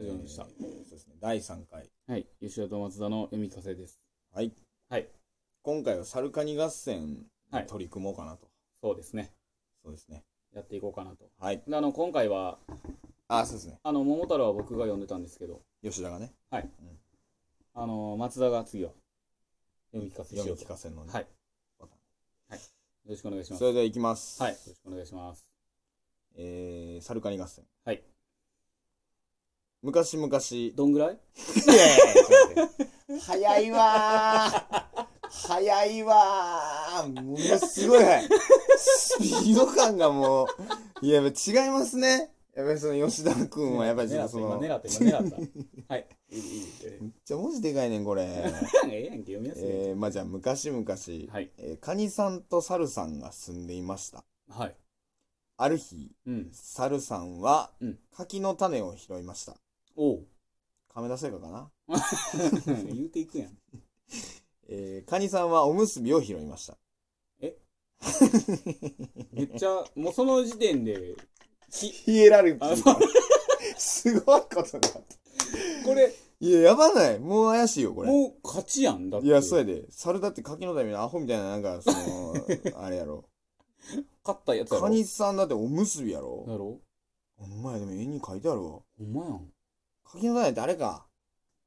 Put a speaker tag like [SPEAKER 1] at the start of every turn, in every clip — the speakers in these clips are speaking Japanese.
[SPEAKER 1] 以上でした。
[SPEAKER 2] えーそうですね、第3回。
[SPEAKER 1] はい。吉田と松田の読み聞かせです。
[SPEAKER 2] はい。
[SPEAKER 1] はい。
[SPEAKER 2] 今回はサルカニ合戦
[SPEAKER 1] はい
[SPEAKER 2] 取り組もうかなと。
[SPEAKER 1] そうですね。
[SPEAKER 2] そうですね。
[SPEAKER 1] やっていこうかなと。
[SPEAKER 2] はい。
[SPEAKER 1] であの、今回は、
[SPEAKER 2] あ、そうですね。
[SPEAKER 1] あの、桃太郎は僕が読んでたんですけど、
[SPEAKER 2] 吉田がね、
[SPEAKER 1] あの、松田が次は読み聞かせし
[SPEAKER 2] 読
[SPEAKER 1] よう
[SPEAKER 2] み
[SPEAKER 1] と。
[SPEAKER 2] 聞
[SPEAKER 1] よ
[SPEAKER 2] かせのね。
[SPEAKER 1] はいろしくお願いします。
[SPEAKER 2] それではいきます。
[SPEAKER 1] はい。よろしくお願いします。
[SPEAKER 2] えー、サルカニ合戦。
[SPEAKER 1] はい。
[SPEAKER 2] 昔々。い
[SPEAKER 1] どんぐら い
[SPEAKER 2] やいやいやちょっと待って早いわー。早いわー。ものすごい早い。スピード感がもう、いや、やっぱ違いますね。やっぱりその吉田君はやっぱりちょっと
[SPEAKER 1] 狙った、
[SPEAKER 2] そ
[SPEAKER 1] 今
[SPEAKER 2] の、め
[SPEAKER 1] 狙
[SPEAKER 2] っ
[SPEAKER 1] った、今狙 った。はい。いいいいいい
[SPEAKER 2] ちゃ文字でかいねん、これ。
[SPEAKER 1] ええやんけ、読 みやすいやんけ。
[SPEAKER 2] えー、まあじゃあ昔々、
[SPEAKER 1] はい。
[SPEAKER 2] えーカニさんとサルさんが住んでいました
[SPEAKER 1] はい。
[SPEAKER 2] ある日
[SPEAKER 1] うん。
[SPEAKER 2] サルさんは
[SPEAKER 1] うん
[SPEAKER 2] 柿の種を拾いました
[SPEAKER 1] おう。
[SPEAKER 2] 亀田製菓かな、
[SPEAKER 1] 言うていくやん。
[SPEAKER 2] えー、カニさんはおむすびを拾いました
[SPEAKER 1] めっちゃ、もうその時点で、き
[SPEAKER 2] ヒエラルキ
[SPEAKER 1] あ
[SPEAKER 2] ー
[SPEAKER 1] そ
[SPEAKER 2] すごいことになった
[SPEAKER 1] これ、
[SPEAKER 2] いややばないもう怪しいよこれ
[SPEAKER 1] もう勝ちやんだって。
[SPEAKER 2] いやそうやで猿だって柿の種のアホみたいななんかそ のあれやろ
[SPEAKER 1] 勝ったやつやろ。
[SPEAKER 2] カニさんだっておむすびやろ
[SPEAKER 1] だろ
[SPEAKER 2] お前でも絵に書いてあるわ
[SPEAKER 1] ほんまやん。も
[SPEAKER 2] 柿の種誰か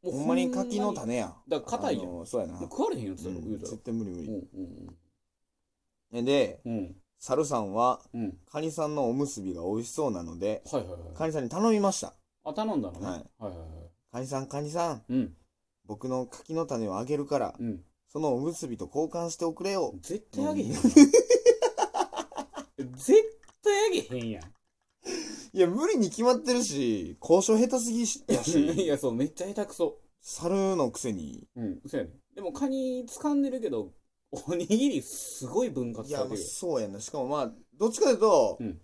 [SPEAKER 1] う
[SPEAKER 2] ほんまに柿の
[SPEAKER 1] も
[SPEAKER 2] 種やん
[SPEAKER 1] だから硬いや
[SPEAKER 2] あ
[SPEAKER 1] ん
[SPEAKER 2] のそうやな
[SPEAKER 1] う食われへんやつ
[SPEAKER 2] う
[SPEAKER 1] だろ、言うんたら
[SPEAKER 2] 絶。対無理無
[SPEAKER 1] うん
[SPEAKER 2] 理、
[SPEAKER 1] うん
[SPEAKER 2] で
[SPEAKER 1] うん。うん。
[SPEAKER 2] 猿さんは
[SPEAKER 1] うん。
[SPEAKER 2] カニさんのおむすびが美味しそうなので
[SPEAKER 1] はいはいはい。
[SPEAKER 2] カニさんに頼みました
[SPEAKER 1] あ、頼んだのね。
[SPEAKER 2] は
[SPEAKER 1] はいいはいは
[SPEAKER 2] カニさんカニさん
[SPEAKER 1] い。うん。
[SPEAKER 2] 僕の柿の種をあげるから
[SPEAKER 1] うん。
[SPEAKER 2] そのおむすびと交換しておくれよ
[SPEAKER 1] 絶対あげへんやん。絶対あげへんやん。
[SPEAKER 2] いや無理に決まってるし交渉下手すぎしや
[SPEAKER 1] い
[SPEAKER 2] し
[SPEAKER 1] や、そう、めっちゃ下手くそ。
[SPEAKER 2] 猿のくせに
[SPEAKER 1] うん、そうやね。でも、カニ掴んでるけど、おにぎりすごい分割
[SPEAKER 2] い
[SPEAKER 1] さ
[SPEAKER 2] や
[SPEAKER 1] れ
[SPEAKER 2] ま
[SPEAKER 1] て
[SPEAKER 2] あ
[SPEAKER 1] るよ。
[SPEAKER 2] そうやなしかもまあどっちかというと
[SPEAKER 1] うん
[SPEAKER 2] う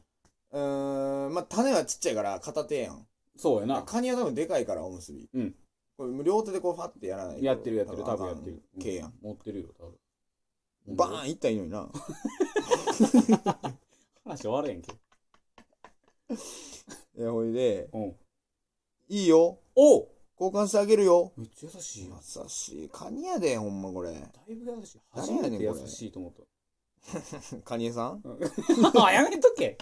[SPEAKER 2] ーんまあ種はちっちゃいから片手やん
[SPEAKER 1] そうやな。
[SPEAKER 2] カニは多分でかいからおむすび
[SPEAKER 1] うん
[SPEAKER 2] これ両手でこうファッてやらないと
[SPEAKER 1] やってるやってる、多
[SPEAKER 2] あか
[SPEAKER 1] 分
[SPEAKER 2] ん
[SPEAKER 1] やってる。
[SPEAKER 2] 系やん
[SPEAKER 1] 持ってるよ、多分。
[SPEAKER 2] バーンいったらいいのにな
[SPEAKER 1] 話終わるやんけ。
[SPEAKER 2] いや、ほいで、
[SPEAKER 1] うん。
[SPEAKER 2] いいよ。
[SPEAKER 1] おう
[SPEAKER 2] 交換してあげるよ。
[SPEAKER 1] めっちゃ優しい
[SPEAKER 2] 優
[SPEAKER 1] やん。だ
[SPEAKER 2] しい。カニやで、ほんまこれ。
[SPEAKER 1] いぶ優しい。
[SPEAKER 2] 誰
[SPEAKER 1] 初
[SPEAKER 2] やねん
[SPEAKER 1] めて優
[SPEAKER 2] これ
[SPEAKER 1] しいと思った。
[SPEAKER 2] カニエさん
[SPEAKER 1] あやめとけ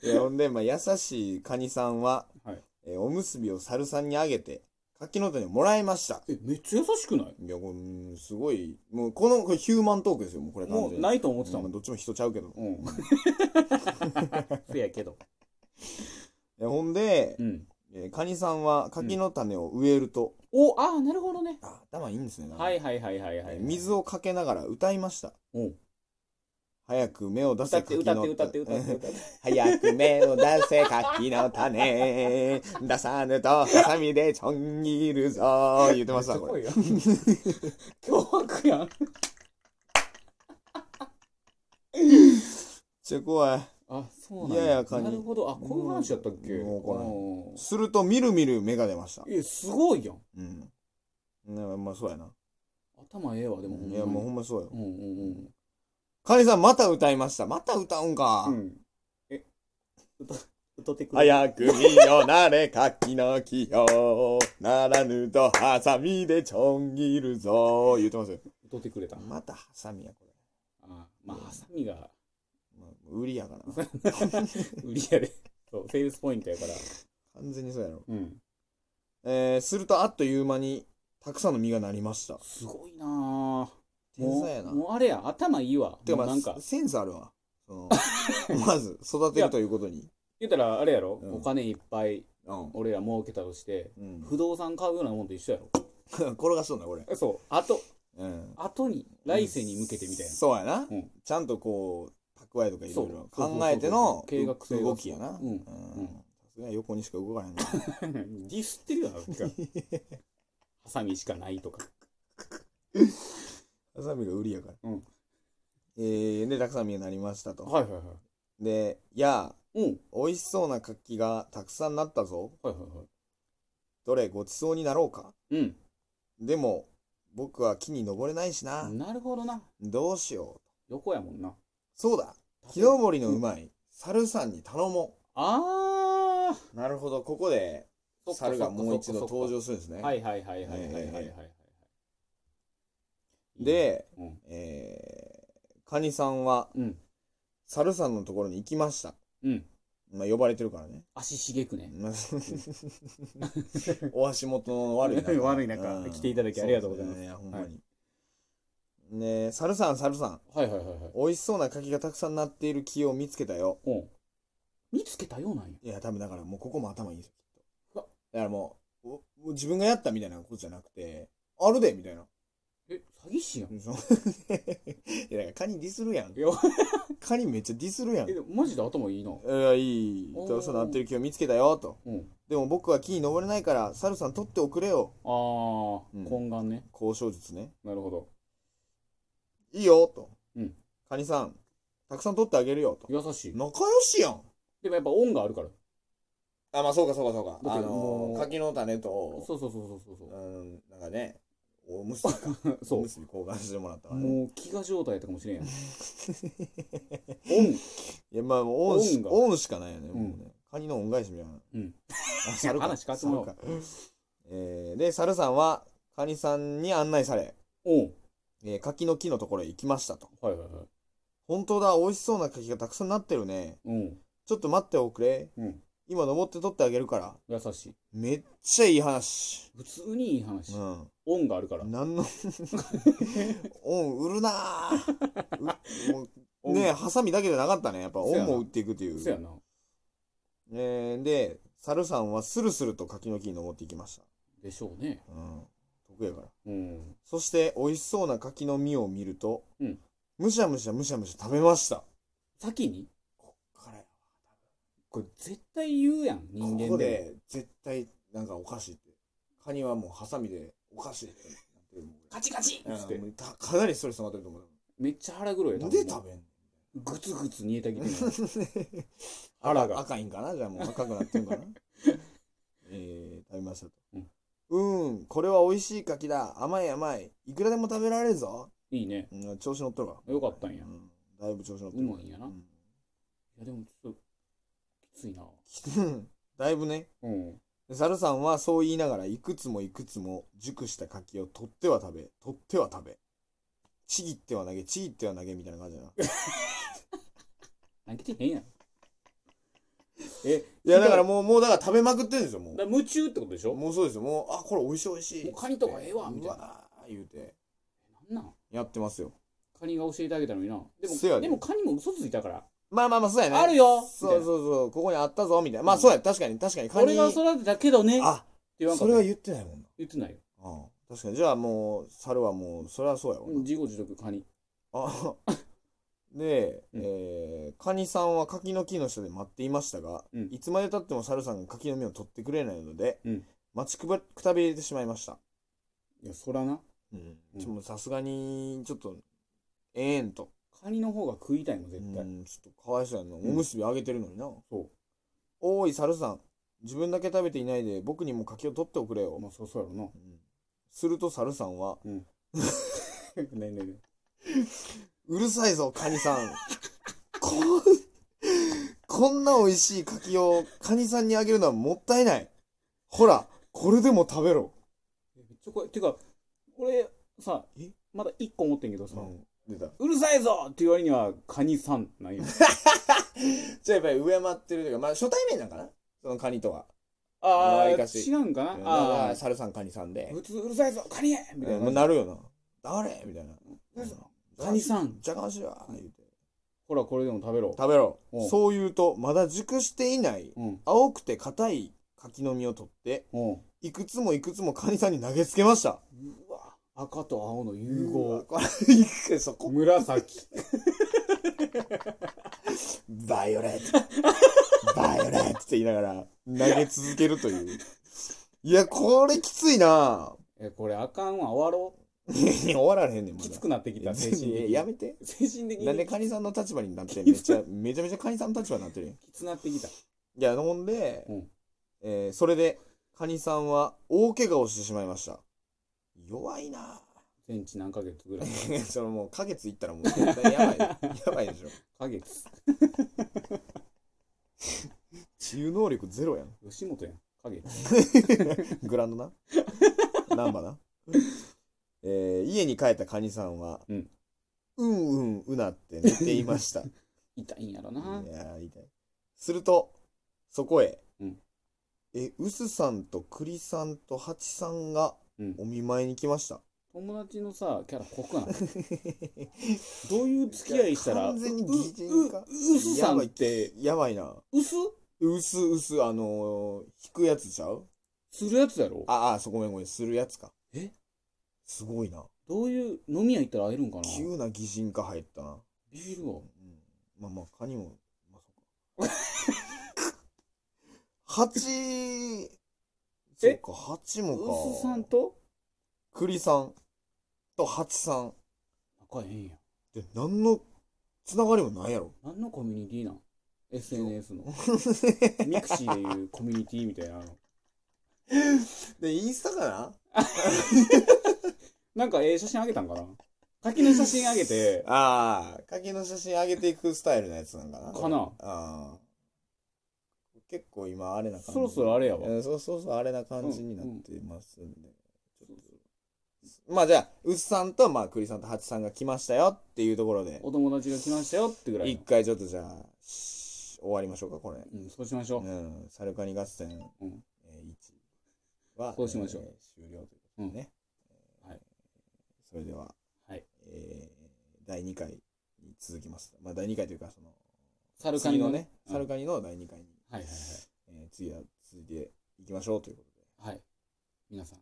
[SPEAKER 2] いや、ほんで、まあ、優しいカニさんは、
[SPEAKER 1] はい
[SPEAKER 2] えーおむすびを猿さんにあげて、柿の種をもらいました。
[SPEAKER 1] えめっちゃ優しくない
[SPEAKER 2] いや、これうん、すごい、もう、この、これヒューマントークですよ、もうこれ完
[SPEAKER 1] も
[SPEAKER 2] 全
[SPEAKER 1] う
[SPEAKER 2] に。
[SPEAKER 1] ないと思ってた
[SPEAKER 2] ま
[SPEAKER 1] も
[SPEAKER 2] あ
[SPEAKER 1] ん
[SPEAKER 2] どっちも人ちゃうけど。
[SPEAKER 1] うん せやけど
[SPEAKER 2] えほんで、
[SPEAKER 1] うん
[SPEAKER 2] えーカニさんは柿の種を植えると、
[SPEAKER 1] おあーなるほどね
[SPEAKER 2] あ、頭いいんですね、なんか
[SPEAKER 1] はいはいはいはいはい
[SPEAKER 2] えー水をかけながら歌いました。
[SPEAKER 1] うん
[SPEAKER 2] 早く目を出
[SPEAKER 1] 歌
[SPEAKER 2] せ
[SPEAKER 1] って
[SPEAKER 2] 柿の
[SPEAKER 1] 歌って歌って歌って歌って
[SPEAKER 2] 早く芽を出せ柿の種出さぬとハサミでちょん切るぞ言ってましたこれ
[SPEAKER 1] めっちゃ濃い やん脅迫やん
[SPEAKER 2] ちゃ怖い
[SPEAKER 1] あそうなんや
[SPEAKER 2] いやいやカニ
[SPEAKER 1] なるほどあこういう話やったっけ
[SPEAKER 2] もう
[SPEAKER 1] こ
[SPEAKER 2] するとみるみる芽が出ました
[SPEAKER 1] えすごいやん
[SPEAKER 2] うんねまあそうやな
[SPEAKER 1] 頭ええわでもほんまに
[SPEAKER 2] いやもうほんまそうよ
[SPEAKER 1] うんうん
[SPEAKER 2] カニさんまた歌いましたまた歌うんか、
[SPEAKER 1] うんうんえ歌歌ってくれ
[SPEAKER 2] 早く見よなれ柿の木よならぬとハサミでちょん切るぞ言ってますよ
[SPEAKER 1] 歌ってくれた
[SPEAKER 2] またハサミやこれ
[SPEAKER 1] あまあハサミ が
[SPEAKER 2] まあ売りやからな
[SPEAKER 1] 売りやでそうセールスポイントやから
[SPEAKER 2] 完全にそうやろ
[SPEAKER 1] うん
[SPEAKER 2] えー、するとあっという間にたくさんの実がなりました
[SPEAKER 1] すごいなぁ。
[SPEAKER 2] 天才やな
[SPEAKER 1] もうもうあれや、頭いいわ。
[SPEAKER 2] てか
[SPEAKER 1] も
[SPEAKER 2] まあ
[SPEAKER 1] うなんか、
[SPEAKER 2] センスあるわその まず育てるということに
[SPEAKER 1] 言ったらあれやろ、
[SPEAKER 2] うん
[SPEAKER 1] お金いっぱい
[SPEAKER 2] うん、
[SPEAKER 1] 俺ら儲けたとして、
[SPEAKER 2] うん、
[SPEAKER 1] 不動産買うようなもんと一緒やろ。
[SPEAKER 2] 転がしとんなこれ、
[SPEAKER 1] えそう、あと、
[SPEAKER 2] うん、
[SPEAKER 1] あとに、来世に向けてみたいな。
[SPEAKER 2] そうやな、
[SPEAKER 1] うん
[SPEAKER 2] ちゃんとこう蓄えとかいろいろ
[SPEAKER 1] そう
[SPEAKER 2] 考えての
[SPEAKER 1] そうそうそう計画性が
[SPEAKER 2] 動きやな
[SPEAKER 1] うん
[SPEAKER 2] うん
[SPEAKER 1] うん
[SPEAKER 2] さすがに横にしか動かへん な
[SPEAKER 1] ディスってるやろ、てかハサミしかないとか。
[SPEAKER 2] ハサミが売りやから、
[SPEAKER 1] うん
[SPEAKER 2] えー、でたくさん実がなりましたと、
[SPEAKER 1] はいはいは
[SPEAKER 2] でやあ
[SPEAKER 1] い。うん。
[SPEAKER 2] 美味しそうな柿がたくさんなったぞ
[SPEAKER 1] はいはいは
[SPEAKER 2] どれごちそうになろうか
[SPEAKER 1] い。うん。
[SPEAKER 2] でも僕は木に登れないしな、
[SPEAKER 1] なるほどな。
[SPEAKER 2] どうしよう
[SPEAKER 1] 横やもんな。
[SPEAKER 2] そうだ木登りのうまい猿さんに頼も
[SPEAKER 1] ああ
[SPEAKER 2] なるほどここで
[SPEAKER 1] ー
[SPEAKER 2] 猿がもう一度登場
[SPEAKER 1] す
[SPEAKER 2] するんですね、
[SPEAKER 1] はいはいはいはいはいはいはいはい
[SPEAKER 2] で、
[SPEAKER 1] うん
[SPEAKER 2] えー、カニさんは
[SPEAKER 1] うん
[SPEAKER 2] 猿さんのところに行きました
[SPEAKER 1] うん
[SPEAKER 2] まあ呼ばれてるからね
[SPEAKER 1] 足しげくね
[SPEAKER 2] まあ お足元の悪い中
[SPEAKER 1] 悪い中来ていただきありがとうございます
[SPEAKER 2] そですねやほんまに、ねえ猿さん猿さん
[SPEAKER 1] はいはいはいはい
[SPEAKER 2] 美味しそうな柿がたくさんなっている木を見つけたよ
[SPEAKER 1] おう見つけたようなんや
[SPEAKER 2] いや多分だからもうここも頭いいんですよきっ
[SPEAKER 1] うわ
[SPEAKER 2] とだからもうおもう自分がやったみたいなことじゃなくてあるでみたいな
[SPEAKER 1] え詐欺師やん
[SPEAKER 2] うんそういやだからカニディスるやん
[SPEAKER 1] いや
[SPEAKER 2] カニめっちゃディスるやん
[SPEAKER 1] え
[SPEAKER 2] い
[SPEAKER 1] でもマジで頭いいな
[SPEAKER 2] やいい
[SPEAKER 1] お
[SPEAKER 2] た
[SPEAKER 1] ー
[SPEAKER 2] くさんなってる木を見つけたよと
[SPEAKER 1] うん
[SPEAKER 2] でも僕は木に登れないから猿さん取っておくれよ
[SPEAKER 1] ああ、
[SPEAKER 2] うん
[SPEAKER 1] 懇願ね
[SPEAKER 2] 交渉術ね
[SPEAKER 1] なるほど
[SPEAKER 2] いいよと、
[SPEAKER 1] うん
[SPEAKER 2] カニさんたくさん取ってあげるよと
[SPEAKER 1] 優しい
[SPEAKER 2] 仲良しやん
[SPEAKER 1] でもやっぱ恩があるから
[SPEAKER 2] あまあそうかそうかそう
[SPEAKER 1] だ
[SPEAKER 2] かあ
[SPEAKER 1] けども
[SPEAKER 2] の
[SPEAKER 1] う
[SPEAKER 2] ー柿の種
[SPEAKER 1] そう
[SPEAKER 2] と
[SPEAKER 1] そうそうそうそううん
[SPEAKER 2] なんかねおむすび か
[SPEAKER 1] そ
[SPEAKER 2] お
[SPEAKER 1] う
[SPEAKER 2] むすび交換してもらったからね
[SPEAKER 1] もう飢餓状態やったかもしれん やん恩
[SPEAKER 2] いやまあもう恩し
[SPEAKER 1] 恩が
[SPEAKER 2] 恩しかないよね、
[SPEAKER 1] うん
[SPEAKER 2] もうねカニの恩返しみたいな、
[SPEAKER 1] うん
[SPEAKER 2] あ猿か
[SPEAKER 1] 話変わってもらおう
[SPEAKER 2] 猿かえーで猿さんはカニさんに案内され、
[SPEAKER 1] おう
[SPEAKER 2] えー柿の木のところへ行きましたと
[SPEAKER 1] はいはいはい
[SPEAKER 2] 本当だ美味しそうな柿がたくさんなってるね
[SPEAKER 1] うん
[SPEAKER 2] ちょっと待っておくれ、
[SPEAKER 1] うん
[SPEAKER 2] 今登って取ってあげるから
[SPEAKER 1] 優しい
[SPEAKER 2] めっちゃいい話
[SPEAKER 1] 普通にいい話、
[SPEAKER 2] うん
[SPEAKER 1] 恩があるから
[SPEAKER 2] 何の 恩売るなぁうもう
[SPEAKER 1] 恩
[SPEAKER 2] ねハサミだけじゃなかったねやっぱ
[SPEAKER 1] そうや
[SPEAKER 2] 恩
[SPEAKER 1] な
[SPEAKER 2] も売っていくという
[SPEAKER 1] そうやな
[SPEAKER 2] えーで、猿さんはスルスルと柿の木に登っていきまし
[SPEAKER 1] でしょうね
[SPEAKER 2] た。うん。得やから。
[SPEAKER 1] うん
[SPEAKER 2] そして、美味しそうな柿の実を見ると、
[SPEAKER 1] うん
[SPEAKER 2] むしゃむしゃむしゃむしゃ食べました。
[SPEAKER 1] 先に
[SPEAKER 2] こっからや
[SPEAKER 1] これ絶対言うやん人
[SPEAKER 2] こ
[SPEAKER 1] 間で
[SPEAKER 2] こで、絶対、なんかおかしいって。カニはもうハサミで、おかしいってなってるもん。
[SPEAKER 1] カチカチっつっ
[SPEAKER 2] う
[SPEAKER 1] て
[SPEAKER 2] んもうたかなりストレス溜まってると思う。
[SPEAKER 1] めっちゃ腹黒い
[SPEAKER 2] な
[SPEAKER 1] よ
[SPEAKER 2] んで食べんの
[SPEAKER 1] グツグツ煮えたぎてん の 腹が
[SPEAKER 2] 赤いんかなじゃあもう赤くなってん かなえー、食べましたと。
[SPEAKER 1] う
[SPEAKER 2] う
[SPEAKER 1] ん
[SPEAKER 2] ん、ん、これは美味しい柿だ。甘い甘い。いくらでも食べられるぞ。
[SPEAKER 1] いいね
[SPEAKER 2] うん、調子乗っとるから。
[SPEAKER 1] よかったんや
[SPEAKER 2] うんだいぶ調子乗って
[SPEAKER 1] う
[SPEAKER 2] る。
[SPEAKER 1] まいんやな、
[SPEAKER 2] う
[SPEAKER 1] い
[SPEAKER 2] ん
[SPEAKER 1] やでもちょっときついな
[SPEAKER 2] だいぶね。
[SPEAKER 1] うん
[SPEAKER 2] で猿さんはそう言いながらいくつもいくつも熟した柿を取っては食べ、取っては食べ、ちぎっては投げ、ちぎっては投げみたいな感じだな。
[SPEAKER 1] 投げてへんやん え
[SPEAKER 2] いやだからもう、もうだから食べまくってるんですよ、も
[SPEAKER 1] だから夢中ってことでし
[SPEAKER 2] う。
[SPEAKER 1] ょ
[SPEAKER 2] もうそうですよ、もう、あ、これ美味しい美味しい。
[SPEAKER 1] もうカニとかええわ
[SPEAKER 2] つって
[SPEAKER 1] みたいうな
[SPEAKER 2] わー言うて、
[SPEAKER 1] なんなん
[SPEAKER 2] やってますよ。
[SPEAKER 1] カニが教えてあげたのになで
[SPEAKER 2] せや
[SPEAKER 1] も
[SPEAKER 2] で
[SPEAKER 1] でもカニも嘘ついたから
[SPEAKER 2] まあまあまあ、そうやね。
[SPEAKER 1] あるよ
[SPEAKER 2] そうそうそう、ここにあったぞ、みたいな。まあそうや、確かに確かに。カニ
[SPEAKER 1] 俺が育てたけどねって
[SPEAKER 2] あ、
[SPEAKER 1] 言わん
[SPEAKER 2] そ
[SPEAKER 1] かっ
[SPEAKER 2] れ
[SPEAKER 1] た
[SPEAKER 2] は言ってないもんな。
[SPEAKER 1] 言ってないよ
[SPEAKER 2] ああ確かにじゃあもう猿はもうそれはそうやわな、
[SPEAKER 1] 自業自得カニ
[SPEAKER 2] あ で、
[SPEAKER 1] うん
[SPEAKER 2] えーカニさんは柿の木の下で待っていましたが、
[SPEAKER 1] うん
[SPEAKER 2] いつまでたっても猿さんが柿の実を取ってくれないので、
[SPEAKER 1] うん
[SPEAKER 2] 待ちくばくたびれてしまいました、
[SPEAKER 1] いやそらな
[SPEAKER 2] ちょっとさすがにちょっとええんと
[SPEAKER 1] カニの方が食いたいもん絶
[SPEAKER 2] う
[SPEAKER 1] 対
[SPEAKER 2] んちょっとかわいそうやな、
[SPEAKER 1] ん
[SPEAKER 2] おむすびあげてるのにな
[SPEAKER 1] そう
[SPEAKER 2] おーい猿さん自分だけ食べていないで僕にも柿を取っておくれよ、
[SPEAKER 1] まあそうそうやろ
[SPEAKER 2] うんすると猿さんは
[SPEAKER 1] なねえねえね
[SPEAKER 2] うるさいぞ、カニさ ん。こん、こんな美味しい柿をカニさんにあげるのはもったいない。ほら、これでも食べろ。
[SPEAKER 1] えめっちゃ怖いてか俺さ
[SPEAKER 2] え
[SPEAKER 1] まだ一個思ってんけどさ、
[SPEAKER 2] 出た。
[SPEAKER 1] うるさいぞって言われにはカニさんってなんや
[SPEAKER 2] じゃあやっぱり上回ってるというか、まあ初対面なんかなそのカニとは。
[SPEAKER 1] あ
[SPEAKER 2] わり
[SPEAKER 1] あ
[SPEAKER 2] かし
[SPEAKER 1] 違うんかなあ
[SPEAKER 2] あ、猿さんカニさん
[SPEAKER 1] あ
[SPEAKER 2] で。
[SPEAKER 1] 普通うるさいぞカニみたい
[SPEAKER 2] もう
[SPEAKER 1] な
[SPEAKER 2] なるよな。誰みたいな。
[SPEAKER 1] うるさいぞカニさん
[SPEAKER 2] じゃかましいわ。言うて
[SPEAKER 1] ほらこれでも食べろ
[SPEAKER 2] 食べろ
[SPEAKER 1] う。ん
[SPEAKER 2] そう言うと、まだ熟していない、
[SPEAKER 1] うん
[SPEAKER 2] 青くて硬い柿の実を取って、
[SPEAKER 1] うん
[SPEAKER 2] いくつもいくつもカニさんに投げつけました。
[SPEAKER 1] うわ赤と青の融合
[SPEAKER 2] これ、いくそこ。
[SPEAKER 1] 紫
[SPEAKER 2] バイオレッ ト。バイオレットって言いながら、投げ続けるという。いや、これきついな
[SPEAKER 1] えこれあかんわ終わろ
[SPEAKER 2] いや終わられへんねん、
[SPEAKER 1] う
[SPEAKER 2] まだ。
[SPEAKER 1] きつくなってきた精神的
[SPEAKER 2] いや
[SPEAKER 1] に
[SPEAKER 2] やめて。
[SPEAKER 1] 精神的
[SPEAKER 2] なんで
[SPEAKER 1] に
[SPEAKER 2] カニさんの立場になってんめちゃ、めちゃめちゃカニさんの立場になってるやん。い
[SPEAKER 1] きつなってきた
[SPEAKER 2] や、ほんで、
[SPEAKER 1] うん
[SPEAKER 2] えーそれで、カニさんは大怪我をしてしまいました。弱いな
[SPEAKER 1] 全治何ヶ月ぐらい
[SPEAKER 2] そのもう、ヶ月いったらもう 絶対やばい。やばいでしょ。
[SPEAKER 1] ヶ月
[SPEAKER 2] 私有能力ゼロやん。
[SPEAKER 1] 吉本やん。影。
[SPEAKER 2] グランドな。ナンバな。えー家に帰ったカニさんは、
[SPEAKER 1] うん
[SPEAKER 2] うんうんうなって寝ていま した。い
[SPEAKER 1] 痛いんやろ
[SPEAKER 2] や
[SPEAKER 1] な。
[SPEAKER 2] ー痛い。すると、そこへ、
[SPEAKER 1] うん
[SPEAKER 2] え、ウスさんとクリさんとハチさんが
[SPEAKER 1] うん
[SPEAKER 2] お見舞いに来ました。
[SPEAKER 1] 友達のさ、キャラ濃くないどういう付き合いしたら、
[SPEAKER 2] 完全に
[SPEAKER 1] う
[SPEAKER 2] 擬人化
[SPEAKER 1] う ううすさんって、
[SPEAKER 2] やばいな。
[SPEAKER 1] うす
[SPEAKER 2] うすうす、あのー引くやつちゃう
[SPEAKER 1] するやつやろ
[SPEAKER 2] ああ、そうごめんごめん、するやつか。
[SPEAKER 1] え
[SPEAKER 2] すごいな。
[SPEAKER 1] どういう、飲み屋行ったら会えるんかな
[SPEAKER 2] 急な擬人化入ったな。
[SPEAKER 1] ビビる
[SPEAKER 2] う
[SPEAKER 1] わ。
[SPEAKER 2] ん、まあまあ、カニも、まあ、 そうか。蜂、そうか、蜂もか。
[SPEAKER 1] うすさんと
[SPEAKER 2] 栗さんと蜂さん。
[SPEAKER 1] 仲ええんや。
[SPEAKER 2] で、何のつながりもないや ろ。
[SPEAKER 1] 何のコミュニティなん ?SNS の。ミクシーでいうコミュニティみたいなの。
[SPEAKER 2] で、インスタかな
[SPEAKER 1] なんかええ写真あげたんかな柿の写真あげて、
[SPEAKER 2] ああ、柿の写真上げていくスタイルのやつなんかな。
[SPEAKER 1] かな
[SPEAKER 2] ああ。結構今、あれな感じ。
[SPEAKER 1] そろそろあれやわ
[SPEAKER 2] うんそうそうそう、あれな感じになってますんで。ちょっとまあじゃあ、うっさんと、まあ、栗さんとハチさんが来ましたよっていうところで、
[SPEAKER 1] お友達が来ましたよってぐらい
[SPEAKER 2] 一
[SPEAKER 1] の。
[SPEAKER 2] 回ちょっとじゃあ、し終わりましょうか、これ。
[SPEAKER 1] うん、そうしましょう。
[SPEAKER 2] うん、サルカニ合戦、
[SPEAKER 1] うん
[SPEAKER 2] えー、1は、
[SPEAKER 1] そうしましょう
[SPEAKER 2] えー終了ということでね。
[SPEAKER 1] うんはい
[SPEAKER 2] それでは、
[SPEAKER 1] はい
[SPEAKER 2] えー第2回に続きます。まあ、第2回というか、その、
[SPEAKER 1] サルカ
[SPEAKER 2] 次
[SPEAKER 1] ニ
[SPEAKER 2] の
[SPEAKER 1] の
[SPEAKER 2] ね
[SPEAKER 1] ね、。
[SPEAKER 2] サルカニの第2回に、
[SPEAKER 1] はいはいはい。
[SPEAKER 2] えー次は続いていきましょうというこ
[SPEAKER 1] はい。皆さん。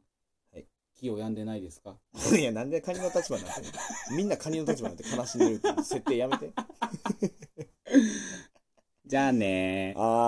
[SPEAKER 2] はい。
[SPEAKER 1] 気を病んでないですか
[SPEAKER 2] とで。いや、 なんでカニの立場になってるのみんなカニの立場になって 悲しんでるっていう設定やめて。
[SPEAKER 1] じゃあねー。
[SPEAKER 2] あー。